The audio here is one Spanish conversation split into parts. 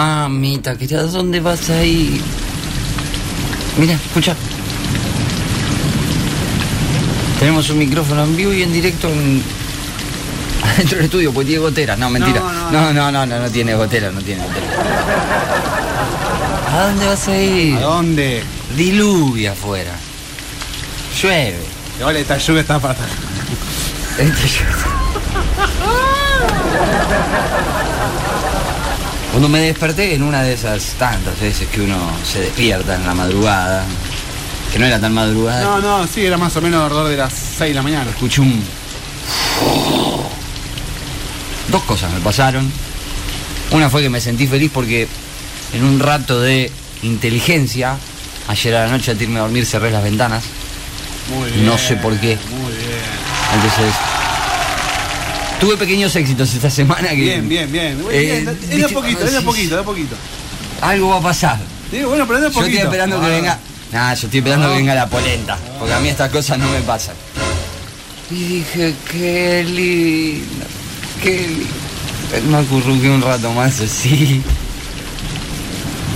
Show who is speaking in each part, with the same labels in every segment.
Speaker 1: Mamita, querida, ¿dónde vas a ir? Mira, escucha. Tenemos un micrófono en vivo y en directo en... adentro del estudio, pues tiene gotera. No, mentira.
Speaker 2: No,
Speaker 1: No, no, no, no, no, tiene gotera, no tiene gotera. ¿A dónde vas a ir?
Speaker 2: ¿A dónde?
Speaker 1: Diluvia afuera. Llueve.
Speaker 2: Y Ahora esta lluvia está para atrás.
Speaker 1: Este yo- Cuando me desperté en una de esas tantas veces que uno se despierta en la madrugada, que no era tan madrugada,
Speaker 2: No, no, sí, era más o menos alrededor de las 6 de la mañana.
Speaker 1: escuché un... Dos cosas me pasaron. Una fue que me sentí feliz porque en un rato de inteligencia, ayer a la noche al irme a dormir cerré las ventanas,
Speaker 2: Muy
Speaker 1: No sé por qué.
Speaker 2: Muy bien.
Speaker 1: entonces... Tuve pequeños éxitos esta semana que...
Speaker 2: Bien, bien, bien. Muy
Speaker 1: Eh,
Speaker 2: bien. Es de a
Speaker 1: viste-
Speaker 2: poquito, es de a
Speaker 1: sí,
Speaker 2: poquito, de a poquito.
Speaker 1: Algo va a pasar.
Speaker 2: Digo, bueno, pero es de a
Speaker 1: Yo
Speaker 2: poquito.
Speaker 1: estoy esperando que
Speaker 2: Ah.
Speaker 1: venga. Nah, yo estoy esperando que venga la polenta. Porque a mí estas cosas no me pasan. Y dije, qué lindo. Qué lindo. Me acurruqué un rato más así.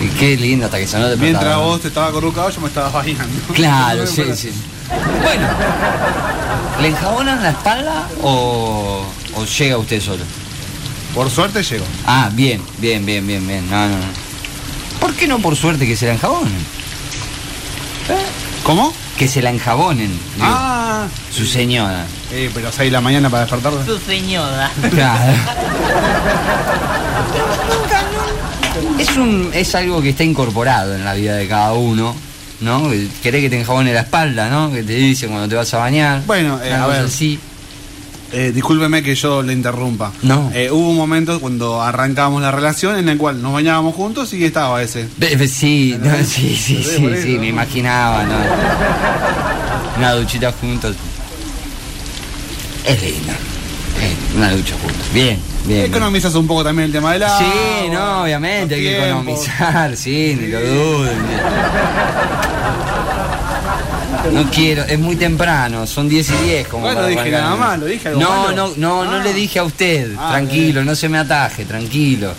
Speaker 1: Y qué lindo hasta que sonó de
Speaker 2: Mientras vos te estabas corrucado, yo me estaba bañando.
Speaker 1: Claro,
Speaker 2: No
Speaker 1: sí,
Speaker 2: me
Speaker 1: sí. Bueno. ¿Le enjabonan la espalda o, o llega usted solo?
Speaker 2: Por suerte llego.
Speaker 1: Ah, bien, bien, bien, bien, bien. No, no, no. ¿Por qué no por suerte que se la enjabonen?
Speaker 2: ¿Cómo?
Speaker 1: Que se la enjabonen. digo.
Speaker 2: Ah.
Speaker 1: Su señora.
Speaker 2: Eh, pero 6 de la mañana para despertarme.
Speaker 3: Su señora.
Speaker 1: Claro. Es, un, es algo que está incorporado en la vida de cada uno, ¿no? Querés que te enjabone la espalda, ¿no? Que te dicen cuando te vas a bañar.
Speaker 2: Bueno, eh,
Speaker 1: Una
Speaker 2: a
Speaker 1: cosa
Speaker 2: ver.
Speaker 1: así.
Speaker 2: Eh, discúlpeme que yo le interrumpa.
Speaker 1: No.
Speaker 2: Eh, hubo un momento cuando arrancábamos la relación en el cual nos bañábamos juntos y estaba ese.
Speaker 1: Be- be- sí, no,
Speaker 2: ¿Entendés?
Speaker 1: sí, sí,
Speaker 2: ¿Entendés?
Speaker 1: sí,
Speaker 2: Por
Speaker 1: sí,
Speaker 2: eso.
Speaker 1: me imaginaba, ¿no? Una duchita juntos. Es lindo. Eh, Una ducha juntos. Bien, bien. bien.
Speaker 2: Economizas un poco también el tema del agua.
Speaker 1: Sí, no, obviamente, hay
Speaker 2: los
Speaker 1: que
Speaker 2: tiempos.
Speaker 1: economizar, sí, ni lo duden. No quiero, es muy temprano, son 10 y 10 como
Speaker 2: Bueno,
Speaker 1: para
Speaker 2: dije
Speaker 1: arrancar.
Speaker 2: nada malo, dije algo
Speaker 1: No,
Speaker 2: malo.
Speaker 1: no, no, no
Speaker 2: Ah.
Speaker 1: le dije a usted,
Speaker 2: Ah,
Speaker 1: tranquilo, no se me ataje, tranquilo.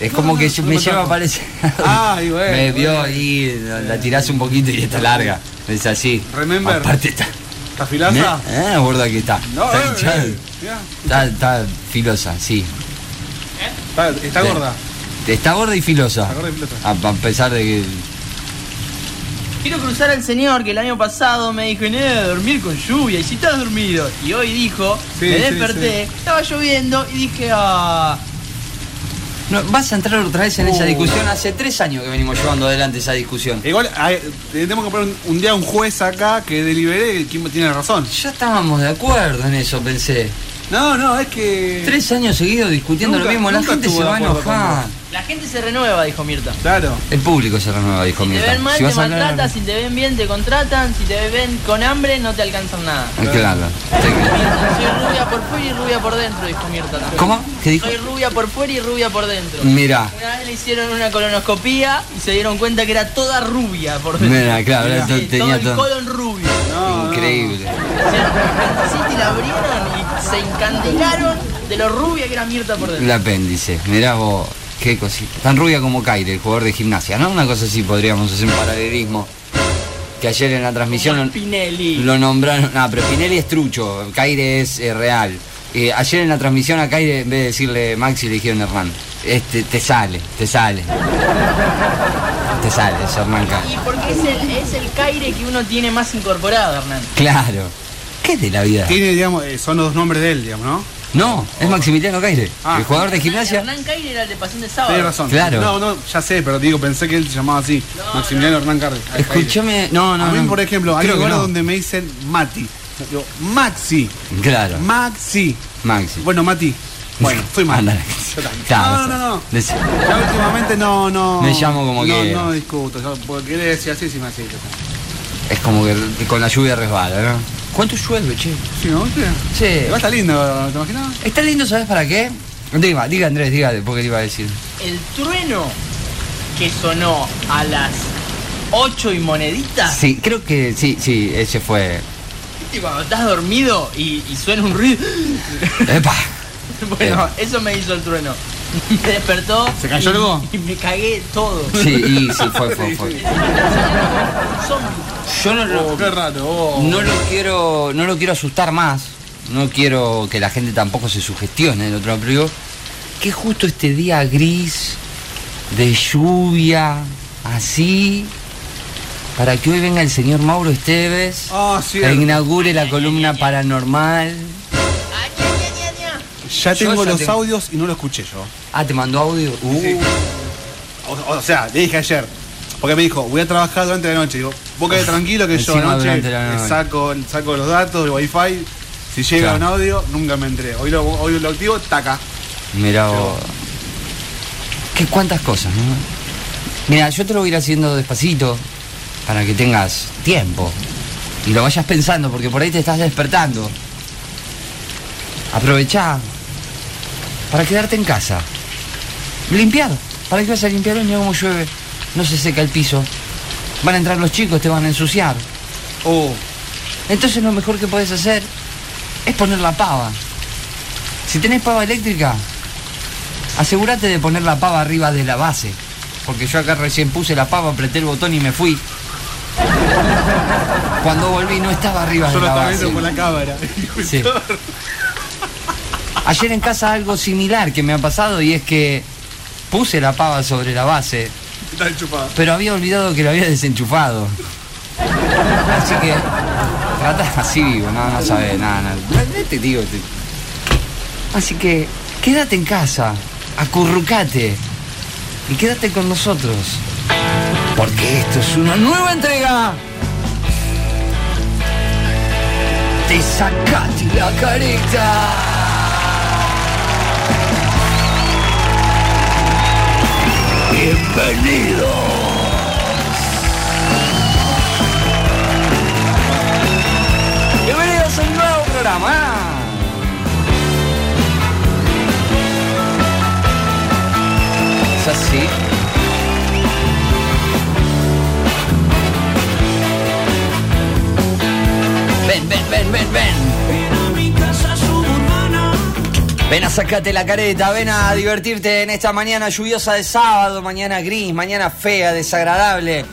Speaker 1: Es
Speaker 2: No,
Speaker 1: como
Speaker 2: no,
Speaker 1: que
Speaker 2: no
Speaker 1: me
Speaker 2: me
Speaker 1: lleva
Speaker 2: atajo.
Speaker 1: a parecer.
Speaker 2: Ay, bueno,
Speaker 1: Me vio
Speaker 2: bueno.
Speaker 1: ahí, la tirás un poquito y está larga. Es así.
Speaker 2: Remember.
Speaker 1: Aparte está.
Speaker 2: ¿Estás filaza?
Speaker 1: Eh, gorda que está.
Speaker 2: No,
Speaker 1: está,
Speaker 2: eh,
Speaker 1: hinchada.
Speaker 2: eh, mirá.
Speaker 1: Está- está filosa, sí.
Speaker 2: Está, está
Speaker 1: Sí.
Speaker 2: gorda.
Speaker 1: Está gorda y filosa.
Speaker 2: Está gorda y filosa.
Speaker 1: A, a pesar Ah, de que.
Speaker 3: Quiero cruzar al señor que el año pasado me dijo, no, dormir con lluvia, y si estás dormido. Y hoy dijo,
Speaker 2: Sí,
Speaker 3: me
Speaker 2: sí,
Speaker 3: desperté, estaba lloviendo y dije, ah,
Speaker 1: No, vas a entrar otra vez en esa
Speaker 2: Uh.
Speaker 1: discusión. Hace tres años que venimos llevando adelante esa discusión.
Speaker 2: Igual ay, tenemos que poner un, un día un juez acá que delibere quién tiene razón.
Speaker 1: Ya estábamos de acuerdo en eso, pensé.
Speaker 2: No, no, es que.
Speaker 1: Tres años seguidos discutiendo
Speaker 2: Nunca-
Speaker 1: lo mismo, la
Speaker 2: nunca
Speaker 1: gente se
Speaker 2: estuvo de
Speaker 1: va a
Speaker 2: acuerdo
Speaker 1: enojar.
Speaker 2: con
Speaker 3: la gente se renueva, dijo Mirta.
Speaker 2: Claro.
Speaker 1: El público se renueva, dijo
Speaker 3: Si te
Speaker 1: Mirta.
Speaker 3: ven mal,
Speaker 1: Si
Speaker 3: te
Speaker 1: vas a hablar-
Speaker 3: maltratan, si te ven bien, te contratan, si te ven con hambre, no te alcanzan nada.
Speaker 1: Ah, Claro.
Speaker 3: Mirta, soy rubia por fuera y rubia por dentro, dijo Mirta también.
Speaker 1: ¿Cómo? ¿Qué dijo?
Speaker 3: Soy rubia por fuera y rubia por dentro.
Speaker 1: Mira,
Speaker 3: Una vez le hicieron una colonoscopía y se dieron cuenta que era toda rubia por dentro.
Speaker 1: mira, claro,
Speaker 2: Mirá.
Speaker 1: to-
Speaker 3: Sí,
Speaker 1: tenía
Speaker 3: todo el
Speaker 1: todo.
Speaker 3: colon rubio.
Speaker 2: No, no.
Speaker 1: Increíble.
Speaker 3: Hicieron una canticita y la abrieron y se encandilaron de lo rubia que era Mirta por dentro.
Speaker 1: El apéndice, mirá vos, qué cosita. Tan rubia como Kaire, el jugador de gimnasia, ¿no? Una cosa así podríamos hacer un paralelismo. Que ayer en la transmisión lo-
Speaker 3: Pinelli.
Speaker 1: Lo nombraron. Ah, pero Spinelli es trucho, Caire es eh, real. Eh, ayer en la transmisión a Caire, en vez de decirle Maxi, le dijeron Hernán. Este, te sale, te sale. te sale, es Hernán Caire.
Speaker 3: Y porque es el, es el caire que uno tiene más incorporado, Hernán.
Speaker 1: Claro. ¿Qué es de la vida?
Speaker 2: Tiene, digamos, eh, son los dos nombres de él, digamos, ¿no?
Speaker 1: No, es Maximiliano Caire.
Speaker 2: Ah.
Speaker 1: el jugador de gimnasia.
Speaker 3: Hernán Caire era el de pasión de sábado.
Speaker 2: Tiene razón.
Speaker 1: Claro.
Speaker 2: No, no, ya sé, pero digo, pensé que él se llamaba así. Maximiliano Hernán Carri.
Speaker 1: Escúchame. No, no,
Speaker 2: a mí,
Speaker 1: no.
Speaker 2: por ejemplo, hay
Speaker 1: Creo que
Speaker 2: lugares
Speaker 1: no.
Speaker 2: donde me dicen Mati. Digo, Maxi.
Speaker 1: Claro,
Speaker 2: Maxi.
Speaker 1: Maxi.
Speaker 2: Bueno, Mati. Bueno, soy Mati.
Speaker 1: Ándale.
Speaker 2: Yo también.
Speaker 1: Claro,
Speaker 2: No, no, no.
Speaker 1: decí-
Speaker 2: Ya últimamente no, no.
Speaker 1: Me llamo como
Speaker 2: no,
Speaker 1: quieras.
Speaker 2: No, discuto. Yo, porque querés decir así, sí me así.
Speaker 1: Es como que con la lluvia resbala, ¿no? ¿Cuánto llueve, che?
Speaker 2: Sí, ¿no? ¿Viste?
Speaker 1: Che.
Speaker 2: Igual está lindo, ¿te imaginas?
Speaker 1: Está lindo, ¿sabes para qué? Diga, diga Andrés, diga, porque te iba a decir.
Speaker 3: El trueno que sonó a las 8 y moneditas.
Speaker 1: Sí, creo que sí, sí, ese fue.
Speaker 3: ¿viste? Cuando estás dormido y, y suena un ruido.
Speaker 1: ¡Epa!
Speaker 3: bueno, eso me hizo el trueno. Me despertó.
Speaker 2: ¿Se cayó
Speaker 3: y-
Speaker 2: algo?
Speaker 3: Y me cagué todo.
Speaker 1: Sí, y sí, fue, fue, fue.
Speaker 3: Zombie.
Speaker 1: Yo no
Speaker 2: Oh,
Speaker 1: lo,
Speaker 2: qué raro. oh.
Speaker 1: no lo quiero, no lo quiero asustar más. No quiero que la gente tampoco se sugestione del otro lado, pero digo, que justo este día gris, de lluvia, así, para que hoy venga el señor Mauro Esteves,
Speaker 2: Ah,
Speaker 1: que
Speaker 2: cierto.
Speaker 1: inaugure la columna paranormal.
Speaker 2: Ya
Speaker 1: Yo
Speaker 2: tengo
Speaker 1: ya
Speaker 2: los
Speaker 1: tengo.
Speaker 2: audios y no lo escuché yo.
Speaker 1: Ah, te mandó audio. Uh,
Speaker 2: Sí. O, o sea, le dije ayer. Porque me dijo, voy a trabajar durante la noche. Digo, vos quedate tranquilo que yo
Speaker 1: Encima
Speaker 2: anoche
Speaker 1: durante la
Speaker 2: le
Speaker 1: noche.
Speaker 2: saco, le saco los datos, el wifi. Si
Speaker 1: Claro.
Speaker 2: llega un audio, nunca me entré. Hoy lo, hoy lo activo, taca.
Speaker 1: Mira vos. Qué cuántas cosas, ¿no? Mira, yo te lo voy a ir haciendo despacito para que tengas tiempo y lo vayas pensando, porque por ahí te estás despertando. Aprovechá para quedarte en casa. Limpiar. ¿Para qué vas a limpiar hoy? Mira cómo llueve. No se seca el piso. Van a entrar los chicos, te van a ensuciar.
Speaker 2: Oh,
Speaker 1: Entonces lo mejor que podés hacer es poner la pava. Si tenés pava eléctrica, asegúrate de poner la pava arriba de la base. Porque yo acá recién puse la pava, apreté el botón y me fui. Cuando volví no estaba arriba
Speaker 2: yo
Speaker 1: de
Speaker 2: lo
Speaker 1: Ah, la
Speaker 2: estaba
Speaker 1: base.
Speaker 2: viendo con la cámara.
Speaker 1: Sí. Ayer en casa algo similar que me ha pasado y es que puse la pava sobre la base,
Speaker 2: Está enchufada.
Speaker 1: pero había olvidado que lo había desenchufado. Así que tratás así vivo, no, no sabes nada, nada. Vete, tío, te- Así que quédate en casa, acurrucate y quédate con nosotros. Porque esto es una nueva entrega. Te sacaste la careta. Bienvenido. Bienvenidos a un nuevo programa. Es así. Ven, ven, ven, ven, ven. Ven a sacarte la careta, ven a divertirte en esta mañana lluviosa de sábado, mañana gris, mañana fea, desagradable.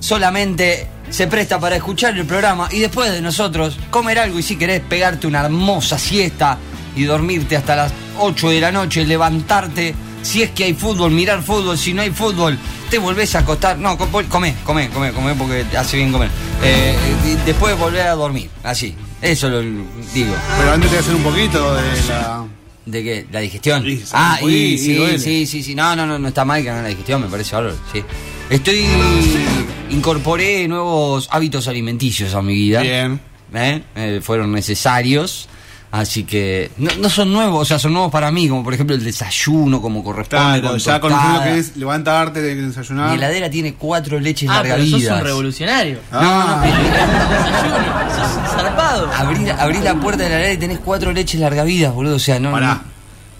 Speaker 1: Solamente se presta para escuchar el programa y después de nosotros comer algo y si querés pegarte una hermosa siesta y dormirte hasta las 8 de la noche, levantarte. Si es que hay fútbol, mirar fútbol. Si no hay fútbol, te volvés a acostar. No, com- comé, comé, comé, comé porque hace bien comer. Eh, y después volver a dormir, así. Eso lo digo.
Speaker 2: Pero antes te voy a hacer un poquito de la.
Speaker 1: ¿De qué? ¿La digestión?
Speaker 2: Sí, sí,
Speaker 1: ah,
Speaker 2: uy,
Speaker 1: y,
Speaker 2: y
Speaker 1: sí,
Speaker 2: duele.
Speaker 1: sí, sí, sí. No, no, no, no está mal que hagan la digestión, me parece valor, sí. Estoy... Incorporé nuevos hábitos alimenticios a mi vida.
Speaker 2: Bien.
Speaker 1: ¿eh? Eh, fueron necesarios. Así que no, no son nuevos, o sea, son nuevos para mí, como por ejemplo el desayuno, como corresponde. con
Speaker 2: Claro, Ah, ya conocí lo
Speaker 1: tostada.
Speaker 2: que es ah. levantarte, de
Speaker 1: Mi
Speaker 2: desayunar.
Speaker 1: heladera tiene cuatro leches
Speaker 3: Ah, pero sos un
Speaker 1: largavidas.
Speaker 3: revolucionario.
Speaker 2: Ah,
Speaker 3: Desayuno,
Speaker 1: Ah.
Speaker 3: sos un zarpado.
Speaker 1: abrí, la- abrí la puerta de la heladera y tenés cuatro leches largavidas, boludo. O sea, no.
Speaker 2: pará.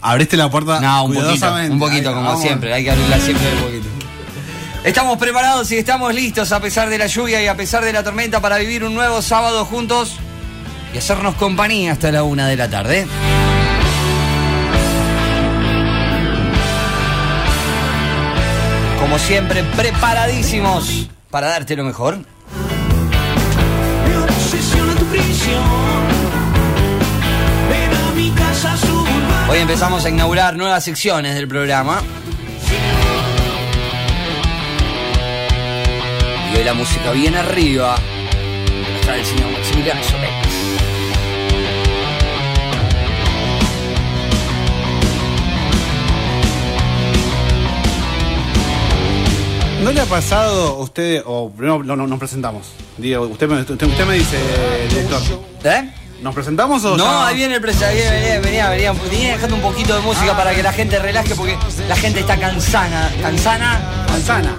Speaker 2: Abriste la puerta.
Speaker 1: No, un poquito,
Speaker 2: cuidadosamente.
Speaker 1: un poquito
Speaker 2: Ahí,
Speaker 1: como
Speaker 2: vamos.
Speaker 1: siempre, hay que abrirla siempre un poquito. Estamos preparados y estamos listos a pesar de la lluvia y a pesar de la tormenta para vivir un nuevo sábado juntos y hacernos compañía hasta la una de la tarde. Como siempre, preparadísimos para darte lo mejor.
Speaker 4: Me obsesiona tu prisión. Ven a mi casa suburbana.
Speaker 1: Hoy empezamos a inaugurar nuevas secciones del programa. Y hoy la música bien arriba. Hasta el señor Maximiliano Solé.
Speaker 2: ¿No le ha pasado a usted, o primero no, no, nos presentamos? Digo, usted me, usted, usted me dice, director,
Speaker 1: ¿Eh?
Speaker 2: ¿nos presentamos o
Speaker 1: No,
Speaker 2: ya?
Speaker 1: ahí viene el presidente. Venía, venía, venía, venía dejando un poquito de música para que la gente relaje porque la gente está cansana. Cansana.
Speaker 2: Manzana.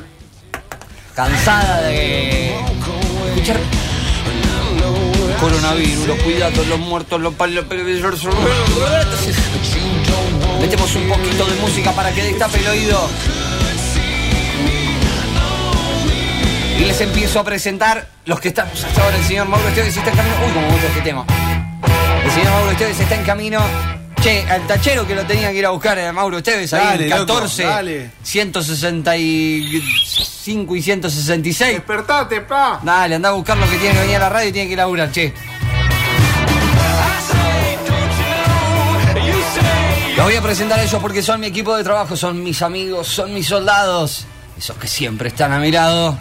Speaker 1: Cansada de escuchar coronavirus, los cuidados, los muertos, los palos, Metemos un poquito de música para que destape el oído. Y les empiezo a presentar los que estamos hasta ahora. El señor Mauro Esteves está en camino. Uy, cómo me gusta este tema. El señor Mauro Esteves está en camino Che, al tachero que lo tenía que ir a buscar era Mauro Tevez ahí
Speaker 2: Dale,
Speaker 1: en
Speaker 2: loco,
Speaker 1: 14,
Speaker 2: dale.
Speaker 1: 165 y 166.
Speaker 2: Despertate, pa.
Speaker 1: Dale, anda a buscar lo que tiene que venir a la radio y tiene que laburar, che. Los voy a presentar a ellos porque son mi equipo de trabajo, son mis amigos, son mis soldados, esos que siempre están a mi lado.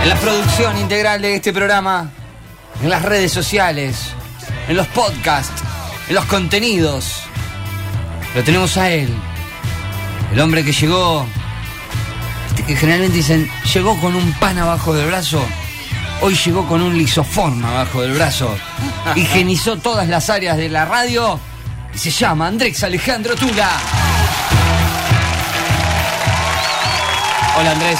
Speaker 1: En la producción integral de este programa, en las redes sociales, en los podcasts, en los contenidos, lo tenemos a él, el hombre que llegó este que generalmente dicen, llegó con un pan abajo del brazo, hoy llegó con un lisoforma abajo del brazo. Higienizó todas las áreas de la radio y se llama Andrés Alejandro Tula. Hola Andrés.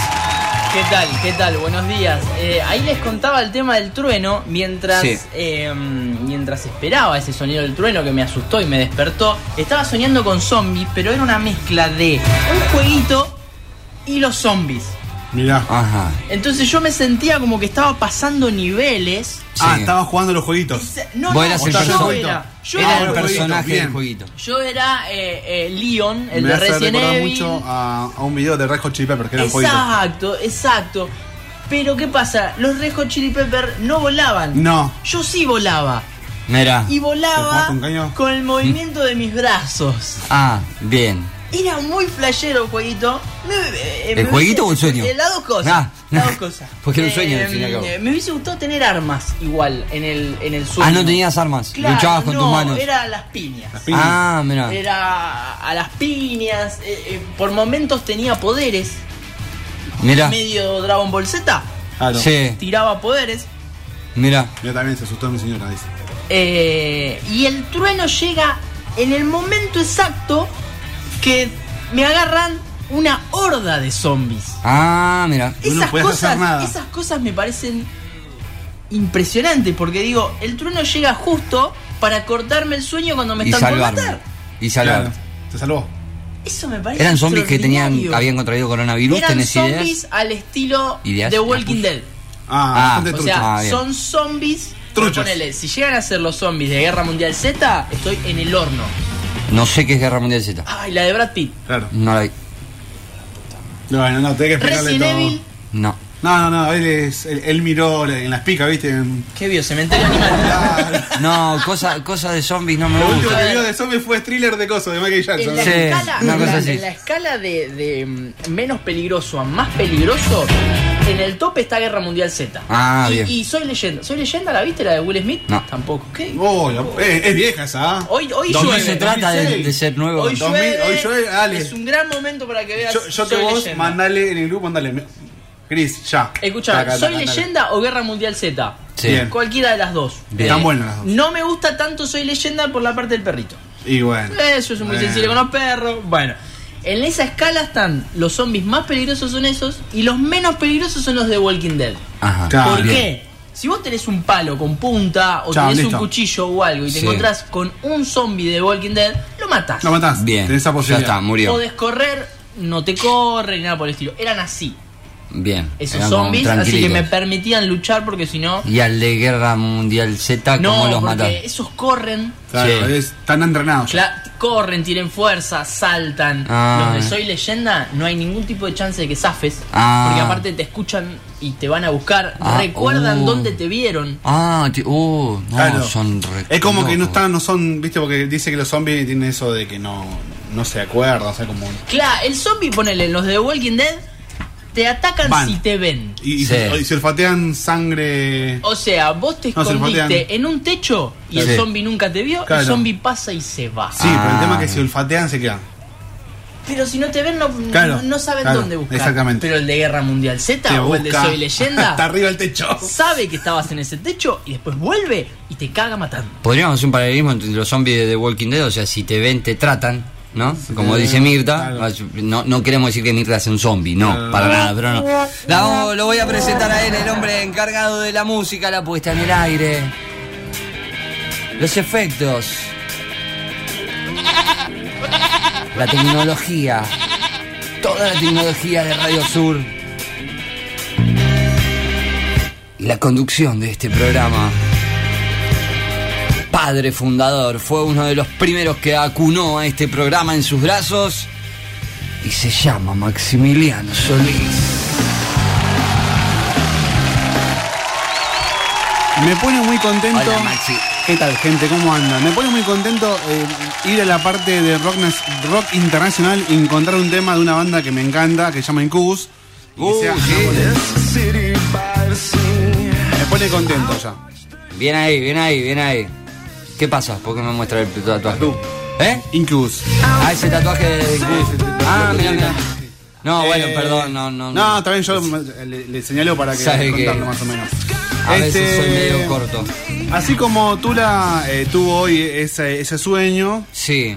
Speaker 3: ¿Qué tal? ¿Qué tal? Buenos días. Eh, ahí les contaba el tema del trueno mientras,
Speaker 1: Sí.
Speaker 3: eh, mientras esperaba ese sonido del trueno que me asustó y me despertó. Estaba soñando con zombies, pero era una mezcla de un jueguito y los zombies.
Speaker 2: Mirá.
Speaker 1: Ajá.
Speaker 3: Entonces yo me sentía como que estaba pasando niveles.
Speaker 2: Ah, estabas jugando los jueguitos.
Speaker 3: Se- No,
Speaker 1: Vos
Speaker 3: no,
Speaker 1: eras
Speaker 2: el
Speaker 3: yo
Speaker 2: personaje.
Speaker 3: era, yo
Speaker 1: Era
Speaker 2: Ah,
Speaker 1: el
Speaker 2: el
Speaker 3: era,
Speaker 2: jueguito,
Speaker 1: personaje del
Speaker 2: bien.
Speaker 1: jueguito.
Speaker 3: yo era, eh, eh, Leon, el
Speaker 2: Me
Speaker 3: de
Speaker 2: hace
Speaker 3: Resident
Speaker 2: recordar
Speaker 3: Evil.
Speaker 2: mucho a, a un video de Red Hot Chili Peppers, que era un jueguito.
Speaker 3: Exacto, exacto. Pero ¿qué pasa? Los Red Hot Chili Pepper no volaban.
Speaker 2: No.
Speaker 3: Yo sí volaba.
Speaker 1: Mira.
Speaker 3: Y
Speaker 2: ¿Te
Speaker 3: volaba
Speaker 2: fumaste un caño?
Speaker 3: con el movimiento de mis brazos.
Speaker 1: Ah, bien.
Speaker 3: Era muy flashero el jueguito. Me- eh, me
Speaker 1: ¿El jueguito o
Speaker 3: hubiese-
Speaker 1: el sueño?
Speaker 3: Eh, las dos cosas.
Speaker 1: Ah.
Speaker 3: Las dos cosas.
Speaker 1: Porque era un sueño,
Speaker 3: Eh,
Speaker 1: al fin y al cabo.
Speaker 3: eh, Me hubiese gustado tener armas igual en el, en el sueño.
Speaker 1: Ah, no tenías armas.
Speaker 3: Claro,
Speaker 1: Luchabas con
Speaker 3: no,
Speaker 1: tus manos.
Speaker 3: Era las piñas.
Speaker 2: Las piñas.
Speaker 1: Ah, mira.
Speaker 3: Era a las piñas. eh, eh, por momentos tenía poderes.
Speaker 1: Mira.
Speaker 3: Medio Dragon Ball Z.
Speaker 2: Claro.
Speaker 1: Sí,
Speaker 3: tiraba poderes.
Speaker 1: mira.
Speaker 2: Yo también se asustó mi señora, dice.
Speaker 3: eh, y el trueno llega en el momento exacto que me agarran una horda de zombies.
Speaker 1: Ah, mira.
Speaker 2: no
Speaker 3: Esas
Speaker 2: podías hacer
Speaker 3: cosas,
Speaker 2: nada.
Speaker 3: esas cosas me parecen impresionantes porque digo, el trueno llega justo para cortarme el sueño cuando me
Speaker 1: Y
Speaker 3: están por
Speaker 1: salvarme.
Speaker 3: matar.
Speaker 1: Y salvarme.
Speaker 2: Te salvó.
Speaker 3: Eso me parece
Speaker 1: Eran zombies que tenían,
Speaker 3: extraordinario.
Speaker 1: habían contraído coronavirus,
Speaker 3: Eran
Speaker 1: tenés
Speaker 3: zombies
Speaker 1: ideas.
Speaker 3: al estilo
Speaker 1: Ideas,
Speaker 3: de
Speaker 1: la
Speaker 3: Walking
Speaker 1: puso.
Speaker 3: Dead.
Speaker 2: Ah,
Speaker 1: Ah,
Speaker 2: bastante
Speaker 1: o
Speaker 3: O
Speaker 2: trucho.
Speaker 3: sea,
Speaker 1: Ah, bien.
Speaker 3: son zombies.
Speaker 2: Truchos.
Speaker 3: pero ponele, si llegan a ser los zombies de Guerra Mundial Z, estoy en el horno.
Speaker 1: No sé qué es Guerra Mundial Z.
Speaker 3: Ay, la de Brad Pitt.
Speaker 2: Claro.
Speaker 1: No la vi.
Speaker 2: No, no, no, tenés que explicarle
Speaker 3: Resident
Speaker 2: todo.
Speaker 3: Evil.
Speaker 1: No.
Speaker 2: No, no, no, él, es, él, él miró en las picas, ¿viste? En-
Speaker 3: ¿Qué vio? Cementerio Animal.
Speaker 2: Claro.
Speaker 1: No, cosa, cosa de zombies no me
Speaker 2: Lo último
Speaker 1: gusta.
Speaker 2: que vio de zombie fue thriller de coso de Michael
Speaker 3: En
Speaker 2: Jackson.
Speaker 3: la
Speaker 1: Sí,
Speaker 3: escala,
Speaker 1: una
Speaker 3: en
Speaker 1: cosa
Speaker 3: la-
Speaker 1: así.
Speaker 3: en la escala de, de, mm, menos peligroso a más peligroso, en el tope está Guerra Mundial Z.
Speaker 1: Ah,
Speaker 3: y,
Speaker 1: bien.
Speaker 3: y soy leyenda. ¿Soy leyenda? ¿La viste la de Will Smith?
Speaker 1: No.
Speaker 3: Tampoco. ¿Qué?
Speaker 2: Oh, la- eh, es vieja esa. ¿ah?
Speaker 3: Hoy, hoy
Speaker 1: No
Speaker 3: llueve.
Speaker 1: se trata de,
Speaker 2: 2006.
Speaker 1: de ser nuevo.
Speaker 3: Hoy
Speaker 2: 2000,
Speaker 3: llueve.
Speaker 2: hoy llueve, dale.
Speaker 3: Es un gran momento para que veas.
Speaker 2: Yo, yo te
Speaker 3: Soy
Speaker 2: vos,
Speaker 3: Leyenda.
Speaker 2: mandale en el grupo, mandale. me- Chris, ya.
Speaker 3: Escucha,
Speaker 2: Taca,
Speaker 3: ¿soy
Speaker 2: taca, taca.
Speaker 3: leyenda o Guerra Mundial Z?
Speaker 1: Sí.
Speaker 2: Bien.
Speaker 3: Cualquiera de las dos.
Speaker 1: Bien.
Speaker 2: Están buenas las dos.
Speaker 3: No me gusta tanto Soy leyenda por la parte del perrito.
Speaker 2: Y bueno.
Speaker 3: Eso es muy
Speaker 2: Bueno.
Speaker 3: sencillo con los perros. Bueno, en esa escala están los zombies más peligrosos son esos y los menos peligrosos son los de Walking Dead.
Speaker 1: Ajá.
Speaker 2: Claro. Ah,
Speaker 3: ¿Por
Speaker 2: bien.
Speaker 3: qué? Si vos tenés un palo con punta o
Speaker 2: Chao,
Speaker 3: tenés un
Speaker 2: listo.
Speaker 3: cuchillo o algo y te
Speaker 1: Sí.
Speaker 3: encontrás con un zombie de Walking Dead, lo matás.
Speaker 2: Lo matás.
Speaker 1: Bien.
Speaker 2: Tenés esa
Speaker 1: ya
Speaker 2: posibilidad.
Speaker 1: está, murió.
Speaker 3: Podés correr, no te corre ni nada por el estilo. Eran así,
Speaker 1: Bien.
Speaker 3: esos
Speaker 1: eran como
Speaker 3: zombies, así que
Speaker 1: tranquilitos.
Speaker 3: me permitían luchar porque si no.
Speaker 1: Y al de Guerra Mundial Z, ¿cómo
Speaker 3: No,
Speaker 1: los
Speaker 3: porque
Speaker 1: matan?
Speaker 3: esos corren,
Speaker 2: Claro,
Speaker 1: Sí.
Speaker 2: es- están entrenados.
Speaker 3: Cla- corren, tienen fuerza, saltan.
Speaker 1: Ah.
Speaker 3: Los de Soy Leyenda no hay ningún tipo de chance de que zafes.
Speaker 1: Ah.
Speaker 3: Porque aparte te escuchan y te van a buscar.
Speaker 1: Ah,
Speaker 3: Recuerdan
Speaker 1: uh.
Speaker 3: dónde te vieron.
Speaker 1: Ah, ti- uh, no,
Speaker 2: Claro.
Speaker 1: son re-
Speaker 2: Es como que no
Speaker 1: locos.
Speaker 2: están, no son, viste, porque dice que los zombies tienen eso de que no, no se acuerdan, o sea, como.
Speaker 3: Claro, el zombie, ponele, los de Walking Dead te atacan
Speaker 2: Van.
Speaker 3: si te ven.
Speaker 2: Y, y-
Speaker 1: Sí.
Speaker 2: y se olfatean sangre.
Speaker 3: O sea, vos te
Speaker 2: No, se
Speaker 3: escondiste
Speaker 2: olfatean.
Speaker 3: en un techo y el
Speaker 1: Sí.
Speaker 3: zombie nunca te vio.
Speaker 2: Claro.
Speaker 3: El zombie pasa y se va.
Speaker 2: Sí, pero
Speaker 1: Ah.
Speaker 2: el tema es que si olfatean se quedan.
Speaker 3: Pero si no te ven, no, no-
Speaker 2: Claro,
Speaker 3: no saben
Speaker 2: claro,
Speaker 3: dónde buscar.
Speaker 2: exactamente.
Speaker 3: Pero el de Guerra Mundial Z
Speaker 2: Te
Speaker 3: o el de
Speaker 2: busca
Speaker 3: Soy Leyenda.
Speaker 2: Hasta arriba el techo.
Speaker 3: sabe que estabas en ese techo y después vuelve y te caga matando.
Speaker 1: Podríamos hacer un paralelismo entre los zombies de The Walking Dead, o sea, si te ven, te tratan, ¿no? Como
Speaker 2: te
Speaker 1: dice
Speaker 2: ven,
Speaker 1: Mirta, ah,
Speaker 2: claro.
Speaker 1: no, no queremos decir que Mirta es un zombie, no, para nada, pero no. La vamos- lo voy a presentar a él, el hombre encargado de la música, la puesta en el aire, los efectos, la tecnología, toda la tecnología de Radio Sur y la conducción de este programa. padre fundador, fue uno de los primeros que acunó a este programa en sus brazos y se llama Maximiliano Solís.
Speaker 2: Me pone muy contento.
Speaker 1: Hola, Maxi.
Speaker 2: ¿Qué tal, gente? ¿Cómo andan? Me pone muy contento eh, ir a la parte de rock, nas- rock internacional y encontrar un tema de una banda que me encanta, que se llama Incubus. y
Speaker 1: Uh,
Speaker 2: sea-
Speaker 1: sí.
Speaker 2: Me pone contento ya.
Speaker 1: Bien ahí, bien ahí, bien ahí. ¿Qué pasa? ¿Por qué me muestra el tatuaje?
Speaker 2: Tatú.
Speaker 1: ¿Eh?
Speaker 2: Incubus.
Speaker 1: Ah, ese tatuaje de... Ah, mira, mira. No, bueno,
Speaker 2: Eh,
Speaker 1: perdón, no, no.
Speaker 2: No, también yo me- le, le señalo para que
Speaker 1: Sabe que-
Speaker 2: contarlo más o menos.
Speaker 1: A
Speaker 2: este,
Speaker 1: veces soy medio corto.
Speaker 2: Así como Tula eh, tuvo hoy ese, ese sueño,
Speaker 1: Sí.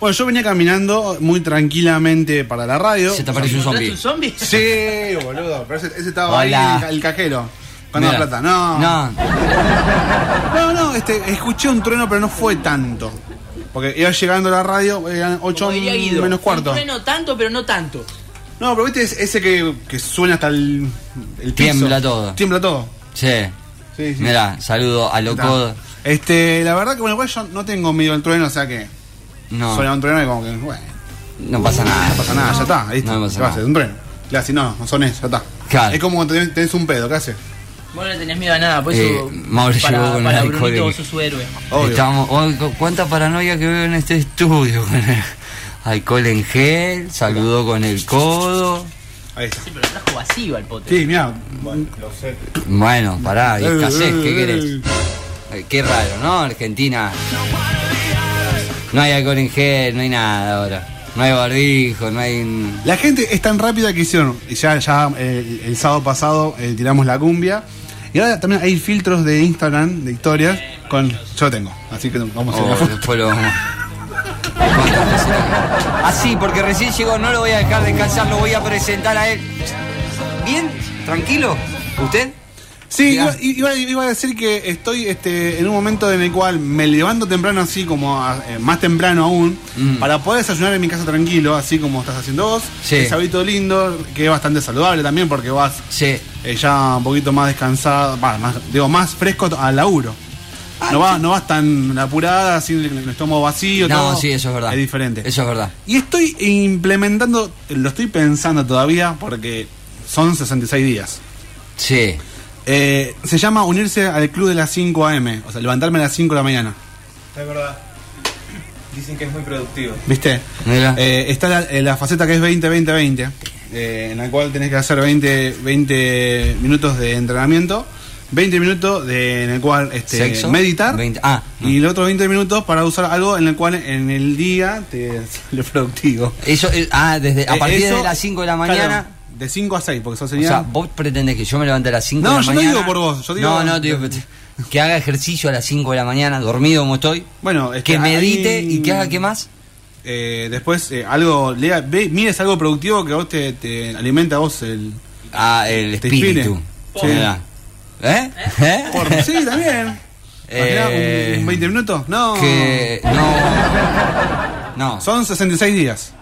Speaker 2: bueno, yo venía caminando muy tranquilamente para la radio.
Speaker 1: Se te apareció un
Speaker 3: ¿Encontraste
Speaker 1: zombie.
Speaker 3: un zombie?
Speaker 2: Sí, boludo, pero ese, ese estaba
Speaker 1: Hola.
Speaker 2: ahí el ca- el, cajero. Con la
Speaker 1: Mira.
Speaker 2: plata, no.
Speaker 1: No.
Speaker 2: No, no, este, escuché un trueno, pero no fue tanto. Porque iba llegando a la radio, eran 8
Speaker 3: Como diría Guido,
Speaker 2: menos cuarto.
Speaker 3: Un trueno tanto, pero no tanto.
Speaker 2: No, pero viste es- ese que, que suena hasta el, el piso.
Speaker 1: Tiembla todo.
Speaker 2: Tiembla todo.
Speaker 1: Sí.
Speaker 2: Sí, sí.
Speaker 1: Mira, saludo a Loco.
Speaker 2: Está. Este, la verdad que bueno, igual yo no tengo miedo al trueno, o sea que
Speaker 1: No,
Speaker 2: suena un trueno y como que, bueno,
Speaker 1: no pasa nada.
Speaker 2: no pasa nada, ya está, ¿viste?
Speaker 1: No pasa
Speaker 2: ¿Qué va a hacer?
Speaker 1: nada.
Speaker 2: Un trueno. Le haces, no, no sonés, ya está.
Speaker 1: Claro.
Speaker 2: Es como cuando tenés, tenés un pedo, ¿qué haces?
Speaker 3: Vos no le tenés miedo a nada, por eso.
Speaker 1: Eh, Mauro
Speaker 3: para
Speaker 1: llegó con
Speaker 3: para
Speaker 1: un
Speaker 3: Brunito
Speaker 1: alcohólico.
Speaker 3: vos sos su héroe.
Speaker 2: Obvio.
Speaker 1: Estamos, oh, cu- cuánta paranoia que veo en este estudio. con el Alcohol en gel, saludó con el codo.
Speaker 2: Ahí está.
Speaker 3: Sí, pero lo trajo vacío al pote.
Speaker 2: Sí, mira. Lo sé.
Speaker 1: Bueno, pará, y escasez, ¿qué querés? Eh, Qué raro, ¿no? Argentina. No hay alcohol en gel, no hay nada ahora. No hay barbijo, no hay... un-
Speaker 2: La gente es tan rápida que hicieron. y Ya, ya eh, el, el sábado pasado eh, tiramos la cumbia. Y ahora también hay filtros de Instagram, de historias, con. Yo tengo. Así que vamos a hacer
Speaker 1: Oh,
Speaker 2: una foto.
Speaker 1: después lo vamos. Así, Ah, porque recién llegó, no lo voy a dejar descansar, lo voy a presentar a él. ¿Bien? ¿Tranquilo? ¿Usted?
Speaker 2: Sí,
Speaker 1: Mirá.
Speaker 2: iba, iba- iba a decir que estoy este, en un momento en el cual me levanto temprano así, como a- eh, más temprano aún,
Speaker 1: Mm.
Speaker 2: para poder desayunar en mi casa tranquilo, así como estás haciendo vos.
Speaker 1: Sí.
Speaker 2: Es hábito lindo, que es bastante saludable también porque vas
Speaker 1: Sí.
Speaker 2: eh, ya un poquito más descansado, va, más, digo, más fresco al laburo.
Speaker 1: Ah,
Speaker 2: No vas, no vas tan apurada, así con el estómago vacío.
Speaker 1: No,
Speaker 2: todo.
Speaker 1: sí, eso es verdad.
Speaker 2: Es diferente.
Speaker 1: Eso es verdad.
Speaker 2: Y estoy implementando, lo estoy pensando todavía porque son 66 días.
Speaker 1: Sí.
Speaker 2: Eh, se llama unirse al club de las 5 AM, o sea, levantarme a las 5 de la mañana.
Speaker 5: Es verdad. Dicen que es muy productivo.
Speaker 2: ¿Viste?
Speaker 1: Mira.
Speaker 2: Eh, está la, eh, la faceta que es 20-20-20, eh, en la cual tenés que hacer 20, 20 minutos de entrenamiento, 20 minutos de, en el cual este,
Speaker 1: Sexo.
Speaker 2: meditar,
Speaker 1: 20 ah, no.
Speaker 2: y los otros 20 minutos para usar algo en el cual en el día te sale productivo.
Speaker 1: Eso, eh, ah, desde, a
Speaker 2: Eh,
Speaker 1: partir
Speaker 2: eso-
Speaker 1: de las 5 de la
Speaker 2: claro,
Speaker 1: mañana.
Speaker 2: de 5 a 6, porque eso
Speaker 1: O
Speaker 2: sería...
Speaker 1: sea, vos pretendés que yo me levante a las 5
Speaker 2: No,
Speaker 1: de la
Speaker 2: yo no
Speaker 1: mañana.
Speaker 2: digo por vos, yo digo-
Speaker 1: No, no, digo, que haga ejercicio a las 5 de la mañana, dormido como estoy.
Speaker 2: bueno, este, es
Speaker 1: que medite
Speaker 2: hay-
Speaker 1: y que haga qué más.
Speaker 2: Eh, después, eh, algo, lea, ve, mires algo productivo que a vos te, te alimenta a vos el.
Speaker 1: Ah, el
Speaker 2: Te inspire.
Speaker 1: espíritu.
Speaker 2: Sí.
Speaker 1: Mirá. ¿Eh? ¿Eh?
Speaker 2: Por- sí, también. Imaginá,
Speaker 1: Eh,
Speaker 2: un 20 minutos? No.
Speaker 1: Que no. No.
Speaker 2: Son 66 días.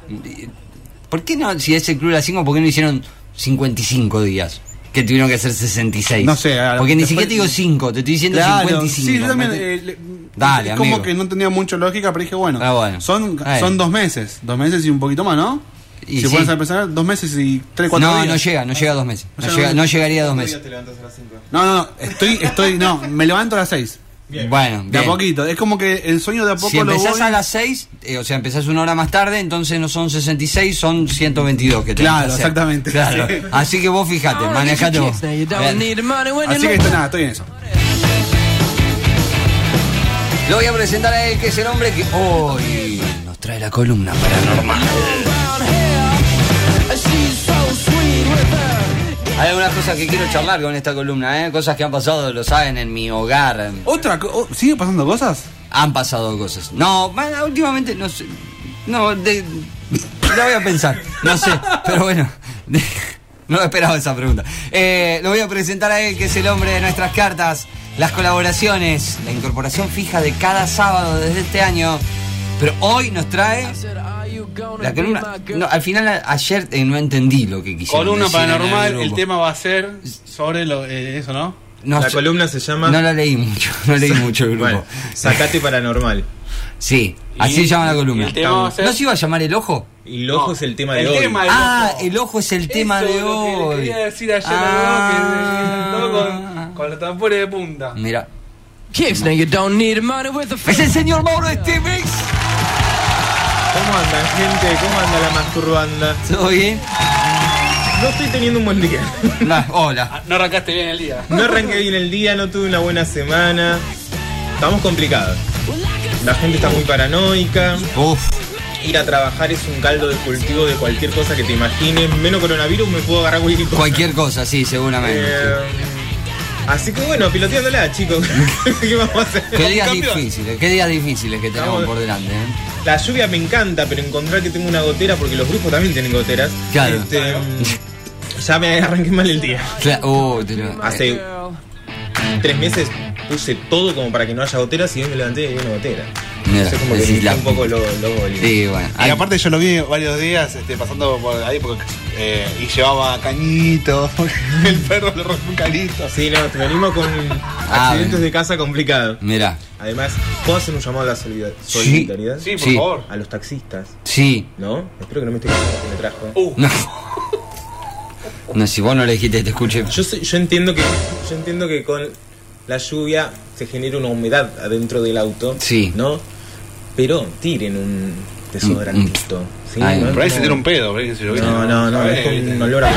Speaker 1: ¿Por qué no? Si es el club de las 5, ¿por qué no hicieron 55 días? Que tuvieron que hacer 66.
Speaker 2: No sé, a-
Speaker 1: Porque ni
Speaker 2: después-
Speaker 1: siquiera te digo 5, te estoy diciendo 55.
Speaker 2: Sí, yo también.
Speaker 1: ¿me
Speaker 2: eh, le-
Speaker 1: Dale,
Speaker 2: es como
Speaker 1: amigo.
Speaker 2: que no tenía mucha lógica, pero dije, bueno.
Speaker 1: Ah, bueno.
Speaker 2: Son,
Speaker 1: Ahí.
Speaker 2: son dos meses. Dos meses y un poquito más, ¿no?
Speaker 1: Y sí.
Speaker 2: si pones a pensar, dos meses y tres, cuatro
Speaker 1: no,
Speaker 2: días.
Speaker 1: no llega, no llega a dos meses. No,
Speaker 2: O sea,
Speaker 1: llega-
Speaker 2: no-
Speaker 1: no llegaría a dos meses.
Speaker 5: Te levantas a las 5.
Speaker 2: No, no, no. Estoy, estoy, no. Me levanto a las 6.
Speaker 1: Bueno,
Speaker 2: De a
Speaker 1: bien.
Speaker 2: poquito. Es como que el sueño de a poco
Speaker 1: Si
Speaker 2: lo
Speaker 1: empezás
Speaker 2: voy-
Speaker 1: a las 6, eh, o sea, empezás una hora más tarde, entonces no son 66, son 122 que tenés
Speaker 2: Claro,
Speaker 1: que hacer.
Speaker 2: exactamente.
Speaker 1: Claro.
Speaker 2: Sí.
Speaker 1: Así que vos fijate, manejate vos. Bien.
Speaker 2: Así que esto, nada, estoy en eso.
Speaker 1: Lo voy a presentar a él, que es el hombre que hoy nos trae la columna paranormal. Hay algunas cosas que quiero charlar con esta columna, ¿eh? cosas que han pasado, lo saben, en mi hogar.
Speaker 2: Otra, co- oh, ¿sigue pasando cosas?
Speaker 1: Han pasado cosas. No, bueno, últimamente no sé. No, de, la voy a pensar. No sé, pero bueno. de- no esperaba esa pregunta. Eh, lo voy a presentar a él, que es el hombre de nuestras cartas, las colaboraciones, la incorporación fija de cada sábado desde este año. Pero hoy nos trae la columna. no, al final, a- ayer eh, no entendí lo que quisieron.
Speaker 2: Columna
Speaker 1: decir en el
Speaker 2: paranormal, el
Speaker 1: grupo.
Speaker 2: tema va a ser sobre lo, eh, eso, ¿no?
Speaker 1: no,
Speaker 5: la
Speaker 1: sé-
Speaker 5: columna se llama.
Speaker 1: no la leí mucho, no leí mucho el grupo.
Speaker 5: Bueno, Sacate Paranormal.
Speaker 1: Sí, así
Speaker 6: Y-
Speaker 1: llama la
Speaker 6: y
Speaker 1: columna.
Speaker 6: el tema va a ser-
Speaker 1: ¿No se iba a llamar el ojo?
Speaker 5: Y el ojo
Speaker 6: No,
Speaker 5: es el tema
Speaker 6: el
Speaker 5: de hoy.
Speaker 6: tema es-
Speaker 1: Ah,
Speaker 6: ojo.
Speaker 1: el ojo es el tema
Speaker 6: Eso
Speaker 1: de
Speaker 6: es lo que le
Speaker 1: hoy.
Speaker 6: quería decir ayer
Speaker 1: Ah.
Speaker 6: a Diego, que se sentó con, con los tambores de punta.
Speaker 1: Mira.
Speaker 7: Kicks, now you don't need money with the
Speaker 1: Es el señor Mauro Esteves.
Speaker 5: ¿Cómo andan, gente? ¿Cómo anda la masturbanda?
Speaker 1: ¿Todo bien?
Speaker 5: No estoy teniendo un buen día.
Speaker 1: La- hola.
Speaker 6: No arrancaste bien el día.
Speaker 5: No arranqué bien el día, no tuve una buena semana. Estamos complicados. La gente está muy paranoica.
Speaker 1: Uf,
Speaker 5: Ir a trabajar es un caldo de cultivo de cualquier cosa que te imagines. Menos coronavirus me puedo agarrar cualquier cosa.
Speaker 1: cualquier cosa, sí, seguramente.
Speaker 5: Eh, así que bueno, piloteándola, chicos. ¿Qué vamos a hacer?
Speaker 1: Qué días
Speaker 5: Campeón.
Speaker 1: difíciles, qué días difíciles que tenemos
Speaker 5: Estamos-
Speaker 1: por delante, ¿eh?
Speaker 5: La lluvia me encanta, pero encontrar que tengo una gotera, porque los grupos también tienen goteras.
Speaker 1: Claro.
Speaker 5: Este, mm, ya me arranqué mal el día.
Speaker 1: Cla- oh, te lo-
Speaker 5: Hace tres meses puse todo como para que no haya goteras y hoy me levanté y hay una gotera.
Speaker 1: Mira,
Speaker 5: Eso como que
Speaker 1: decís
Speaker 5: me
Speaker 1: la-
Speaker 5: hinchó un poco los lo bolis.
Speaker 1: Sí, bueno.
Speaker 2: Y
Speaker 1: Ay,
Speaker 2: aparte yo lo vi varios días este, pasando por ahí porque, eh, y llevaba cañitos. El perro le rompió un cañito.
Speaker 5: Sí, no, te venimos con
Speaker 1: Ah,
Speaker 5: accidentes
Speaker 1: bien.
Speaker 5: de casa complicados.
Speaker 1: Mira,
Speaker 5: Además, ¿puedo hacer un llamado a la solida-
Speaker 1: Sí.
Speaker 5: solidaridad?
Speaker 6: Sí, por
Speaker 1: Sí.
Speaker 6: favor.
Speaker 5: A los taxistas,
Speaker 1: sí.
Speaker 5: ¿no? Espero que no me esté quedando que me trajo.
Speaker 6: Uh,
Speaker 1: No. No, si vos no le dijiste, te escuché.
Speaker 5: Yo, sé- yo entiendo que yo entiendo que con la lluvia se genera una humedad adentro del auto,
Speaker 1: Sí.
Speaker 5: ¿no? Pero tiren un desodorantito. ¿sí?
Speaker 1: Ay,
Speaker 5: No es
Speaker 2: Por ahí
Speaker 5: como-
Speaker 2: se tira un pedo, por ahí se lo viste.
Speaker 5: No, no, no,
Speaker 2: A ver,
Speaker 5: es con un
Speaker 2: viste.
Speaker 5: olor a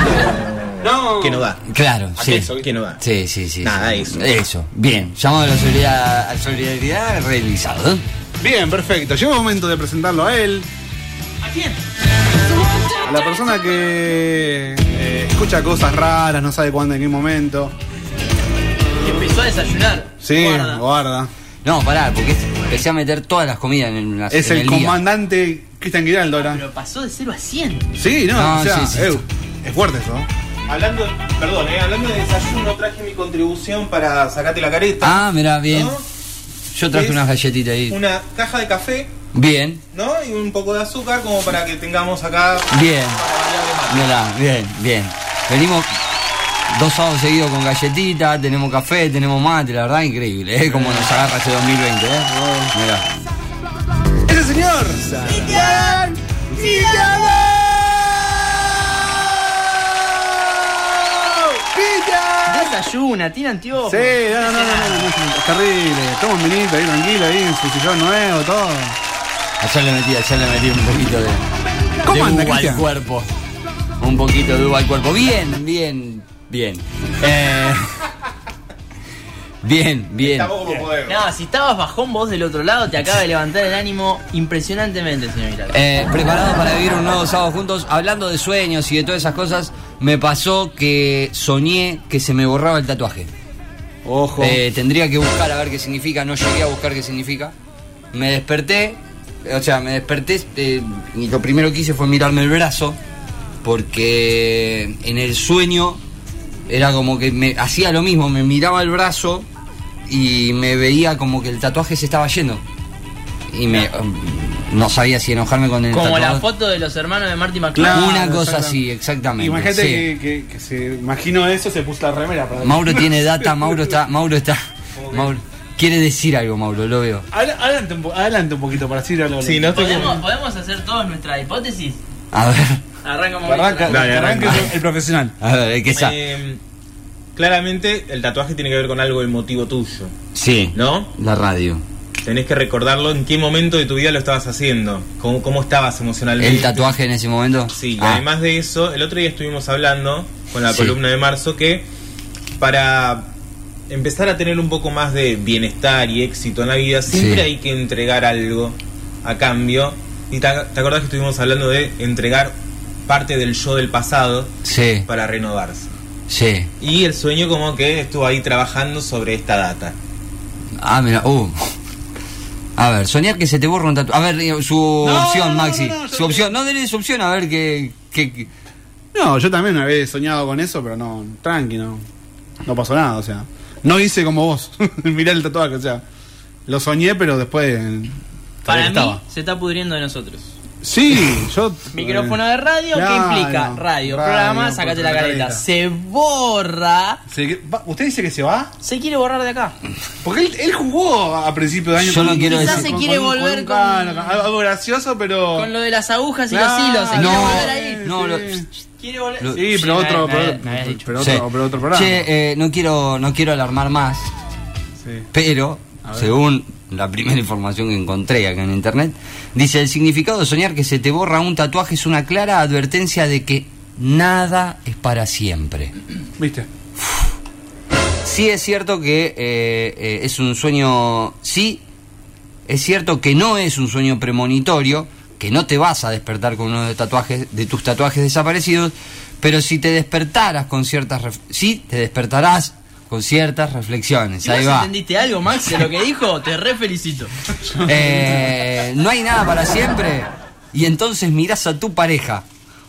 Speaker 6: No.
Speaker 5: Que no da,
Speaker 1: Claro, sí.
Speaker 6: queso,
Speaker 5: que no da.
Speaker 1: Sí, sí, sí.
Speaker 5: Nada,
Speaker 1: sí.
Speaker 5: eso.
Speaker 1: Eso. Bien. Llamado a la solidaridad, a solidaridad realizado. ¿eh?
Speaker 2: Bien, perfecto. Llegó el momento de presentarlo a él.
Speaker 3: ¿A quién?
Speaker 2: A la persona que eh, escucha cosas raras, no sabe cuándo, en qué momento.
Speaker 3: Que empezó a desayunar.
Speaker 2: Sí,
Speaker 3: Guarda.
Speaker 2: guarda.
Speaker 1: No, pará, porque es- empecé a meter todas las comidas en la
Speaker 2: Es
Speaker 1: en
Speaker 2: el
Speaker 1: día.
Speaker 2: comandante Cristian Giraldo ahora.
Speaker 3: Pero pasó de 0 a 100.
Speaker 2: Sí, no,
Speaker 1: No,
Speaker 2: o sea,
Speaker 1: sí, sí.
Speaker 2: eu, es fuerte eso.
Speaker 5: Hablando, perdón, eh, hablando de desayuno, traje mi contribución para sacarte la careta.
Speaker 1: Ah, mira, bien.
Speaker 5: ¿no?
Speaker 1: Yo traje
Speaker 5: Es
Speaker 1: unas galletitas ahí.
Speaker 5: Una caja de café,
Speaker 1: Bien,
Speaker 5: ¿no? Y un poco de azúcar como para que tengamos acá
Speaker 1: bien.
Speaker 5: para variar de más.
Speaker 1: Mirá, bien, bien. Venimos dos sábados seguidos con galletitas, tenemos café, tenemos mate, la verdad, increíble, ¿eh? Como nos agarra este 2020, ¿eh? Mirá.
Speaker 2: ¡Ese señor!
Speaker 3: Desayuna, tiene anteojos.
Speaker 2: Sí, no, no, no, no, no, no, es terrible. Toma un vinito ahí tranquilo, ahí en su sillón nuevo, todo.
Speaker 1: Ayer le metí, ayer le metí un poquito de, de
Speaker 2: ¿Cómo anda,
Speaker 1: uva al
Speaker 2: Cristian?
Speaker 1: cuerpo. Un poquito de uva al cuerpo. Bien, bien, bien. Eh, bien, bien.
Speaker 5: Tampoco como podemos.
Speaker 3: No, si estabas bajón vos del otro lado, te acaba de levantar el ánimo impresionantemente, señorita.
Speaker 1: Eh, preparado para vivir un nuevo sábado juntos, hablando de sueños y de todas esas cosas, me pasó que soñé que se me borraba el tatuaje.
Speaker 2: Ojo.
Speaker 1: Eh, tendría que buscar a ver qué significa, no llegué a buscar qué significa. Me desperté, eh, o sea, me desperté eh, y lo primero que hice fue mirarme el brazo, porque en el sueño era como que me hacía lo mismo, me miraba el brazo y me veía como que el tatuaje se estaba yendo. Y me um, no sabía si enojarme con el
Speaker 3: Como la
Speaker 1: tatuador.
Speaker 3: foto de los hermanos de Marty McFly.
Speaker 2: Claro,
Speaker 1: Una cosa
Speaker 2: exactamente.
Speaker 1: así, exactamente.
Speaker 2: Imagínate
Speaker 1: sí.
Speaker 2: que, que- que se imagino eso, se puso la remera para
Speaker 1: Mauro tiene data, Mauro está, Mauro está. Mauro quiere decir algo, Mauro, lo veo.
Speaker 2: Adela- Adelante un, po- adelante un poquito para decir algo.
Speaker 5: Sí, no te
Speaker 3: ¿Podemos, podemos hacer todas nuestras hipótesis?
Speaker 1: A ver.
Speaker 3: Arranca un momento.
Speaker 2: Arranca,
Speaker 5: Dale,
Speaker 2: arranca
Speaker 5: arranca.
Speaker 2: el, el profesional.
Speaker 1: A ver, ¿qué sa-
Speaker 5: Eh, claramente el tatuaje tiene que ver con algo emotivo tuyo,
Speaker 1: Sí.
Speaker 5: ¿no?
Speaker 1: La radio.
Speaker 5: Tenés que recordarlo en qué momento de tu vida lo estabas haciendo, cómo, cómo estabas emocionalmente.
Speaker 1: ¿El tatuaje en ese momento?
Speaker 5: Sí, y
Speaker 1: Ah,
Speaker 5: además de eso, el otro día estuvimos hablando con la
Speaker 1: Sí.
Speaker 5: columna de marzo que para empezar a tener un poco más de bienestar y éxito en la vida, siempre
Speaker 1: Sí.
Speaker 5: hay que entregar algo a cambio. Y te, te acordás que estuvimos hablando de entregar parte del yo del pasado
Speaker 1: Sí,
Speaker 5: para renovarse.
Speaker 1: sí.
Speaker 5: Y el sueño como que estuvo ahí trabajando sobre esta data.
Speaker 1: Ah, mira, uh. A ver, soñar que se te borra un tatuaje. A ver, eh, su opción, Maxi. su opción, no denle su opción, a ver qué. qué- qué-
Speaker 2: No, yo también había soñado con eso, pero no, tranqui, no. No pasó nada, o sea. No hice como vos. Mirá el tatuaje, o sea. Lo soñé, pero después. eh, todavía
Speaker 3: Para mí,
Speaker 2: estaba.
Speaker 3: se está pudriendo de nosotros.
Speaker 2: Sí, yo.
Speaker 3: Micrófono de radio, ¿qué
Speaker 2: Claro,
Speaker 3: implica? Radio,
Speaker 2: radio,
Speaker 3: programa, sacate la
Speaker 2: la
Speaker 3: careta.
Speaker 2: careta.
Speaker 3: Se borra.
Speaker 2: Se- va- ¿Usted dice que se va?
Speaker 3: Se quiere borrar de acá.
Speaker 2: Porque él, él jugó a principio de año.
Speaker 1: Yo no quiero
Speaker 3: Quizás
Speaker 1: decir-
Speaker 3: se quiere
Speaker 2: un-
Speaker 3: volver
Speaker 2: un
Speaker 3: con,
Speaker 2: cano, con algo gracioso, pero.
Speaker 3: con lo de las agujas y
Speaker 2: Claro.
Speaker 3: los hilos. Se quiere
Speaker 2: No.
Speaker 3: volver ahí.
Speaker 1: No, lo-
Speaker 2: Sí.
Speaker 3: Quiere volver.
Speaker 1: Lo-
Speaker 2: Sí, pero
Speaker 3: me-
Speaker 2: otro,
Speaker 3: me-
Speaker 2: pero,
Speaker 3: me habías dicho.
Speaker 2: pero otro,
Speaker 1: Sí.
Speaker 2: pero otro programa.
Speaker 1: Che, eh, no quiero, no quiero alarmar más,
Speaker 2: Sí.
Speaker 1: pero según la primera información que encontré acá en internet, dice el significado de soñar que se te borra un tatuaje es una clara advertencia de que nada es para siempre.
Speaker 2: ¿Viste?
Speaker 1: Sí es cierto que eh, eh, es un sueño, sí, es cierto que no es un sueño premonitorio, que no te vas a despertar con uno de, tatuajes, de tus tatuajes desaparecidos, pero si te despertaras con ciertas, ref- sí, te despertarás con ciertas reflexiones.
Speaker 3: Si
Speaker 1: Ahí
Speaker 3: vos
Speaker 1: va.
Speaker 3: entendiste algo, Max, de lo que dijo, te re felicito.
Speaker 1: Eh, no hay nada para siempre. Y entonces mirás a tu pareja.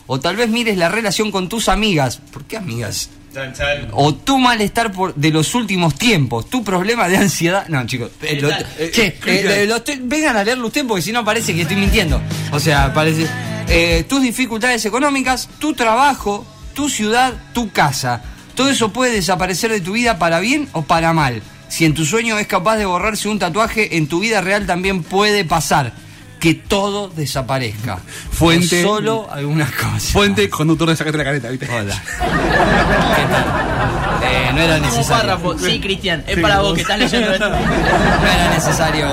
Speaker 1: O tal vez mires la relación con tus amigas. ¿Por qué amigas?
Speaker 5: Chan, chan.
Speaker 1: O tu malestar por, de los últimos tiempos, tu problema de ansiedad. No, chicos, eh, lo- eh, che, eh, eh, lo estoy- vengan a leerlo ustedes porque si no parece que estoy mintiendo. O sea, parece. eh, tus dificultades económicas, tu trabajo, tu ciudad, tu casa. Todo eso puede desaparecer de tu vida para bien o para mal. Si en tu sueño es capaz de borrarse un tatuaje, en tu vida real también puede pasar que todo desaparezca.
Speaker 2: Fuente-
Speaker 1: O solo algunas cosas.
Speaker 2: Fuente, conductor de Sacate la Careta, ¿viste?
Speaker 1: Hola. ¿Qué tal? Eh, no era
Speaker 3: Como
Speaker 1: necesario.
Speaker 3: párrafo. Sí, Cristian, es para vos que estás leyendo esto.
Speaker 1: No era necesario.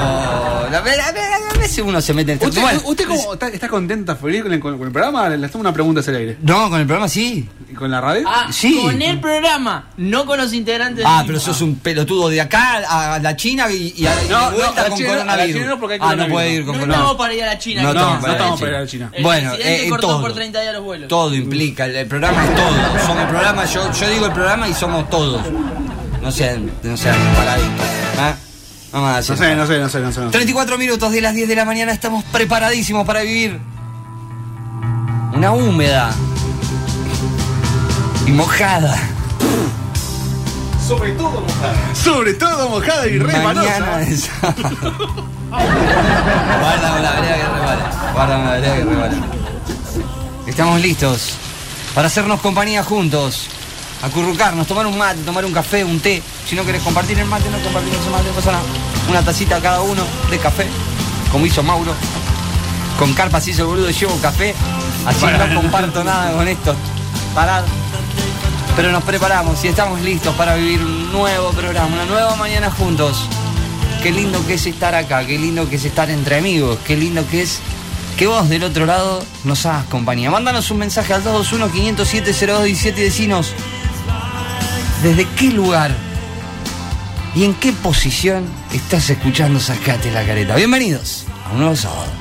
Speaker 1: La ve- la ve- A veces uno se mete en
Speaker 2: ¿Usted,
Speaker 1: Bueno,
Speaker 2: usted cómo está, está contenta, feliz con el, con el programa? Le hacemos una pregunta hacia el aire.
Speaker 1: No, con el programa sí.
Speaker 2: ¿Y con la radio?
Speaker 3: Ah,
Speaker 1: Sí.
Speaker 3: Con el programa, no con los integrantes.
Speaker 1: Ah,
Speaker 3: del
Speaker 1: pero
Speaker 3: mismo.
Speaker 1: sos un pelotudo de acá a la China y, y a y de
Speaker 2: No, no,
Speaker 1: vuelta
Speaker 2: a la
Speaker 1: con
Speaker 2: China- a la
Speaker 1: coronavirus.
Speaker 2: China no, porque hay
Speaker 1: ah, no
Speaker 2: coronavirus.
Speaker 1: puede ir con
Speaker 3: No
Speaker 1: coronavirus.
Speaker 3: estamos para ir a la China.
Speaker 1: No
Speaker 3: Cristian.
Speaker 1: estamos
Speaker 2: No, no estamos
Speaker 1: para ir a la China.
Speaker 3: El
Speaker 1: Bueno,
Speaker 3: presidente
Speaker 1: eh,
Speaker 3: cortó
Speaker 1: todo.
Speaker 3: por 30 días los vuelos.
Speaker 1: Todo implica, el, el programa es todo. Somos el programa, yo, yo digo el programa y somos todos. No sean, no sean paradictos. ¿Ah? Vamos a hacer.
Speaker 2: no sé, no sé, no sé, no sé. no sé.
Speaker 1: 34 minutos de las 10 de la mañana estamos preparadísimos para vivir una húmeda y mojada
Speaker 5: Sobre todo, mojada.
Speaker 2: Sobre todo mojada y re
Speaker 1: mañana
Speaker 2: manosa.
Speaker 1: de sábado. Guárdame la vereda que rebala. Guárdame la vereda que rebala. Estamos listos para hacernos compañía juntos. Acurrucarnos, tomar un mate, tomar un café, un té. Si no querés compartir el mate, no compartimos el mate, no pasa nada. Una tacita cada uno de café, como hizo Mauro. Con carpas hizo el boludo, llevo café. Así no comparto nada con estos parados. Pero nos preparamos y estamos listos para vivir un nuevo programa, una nueva mañana juntos. Qué lindo que es estar acá, qué lindo que es estar entre amigos, qué lindo que es que vos del otro lado nos hagas compañía. Mándanos un mensaje al 221-507-0217 y decinos desde qué lugar y en qué posición estás escuchando Sacate la Careta. Bienvenidos a un nuevo sábado.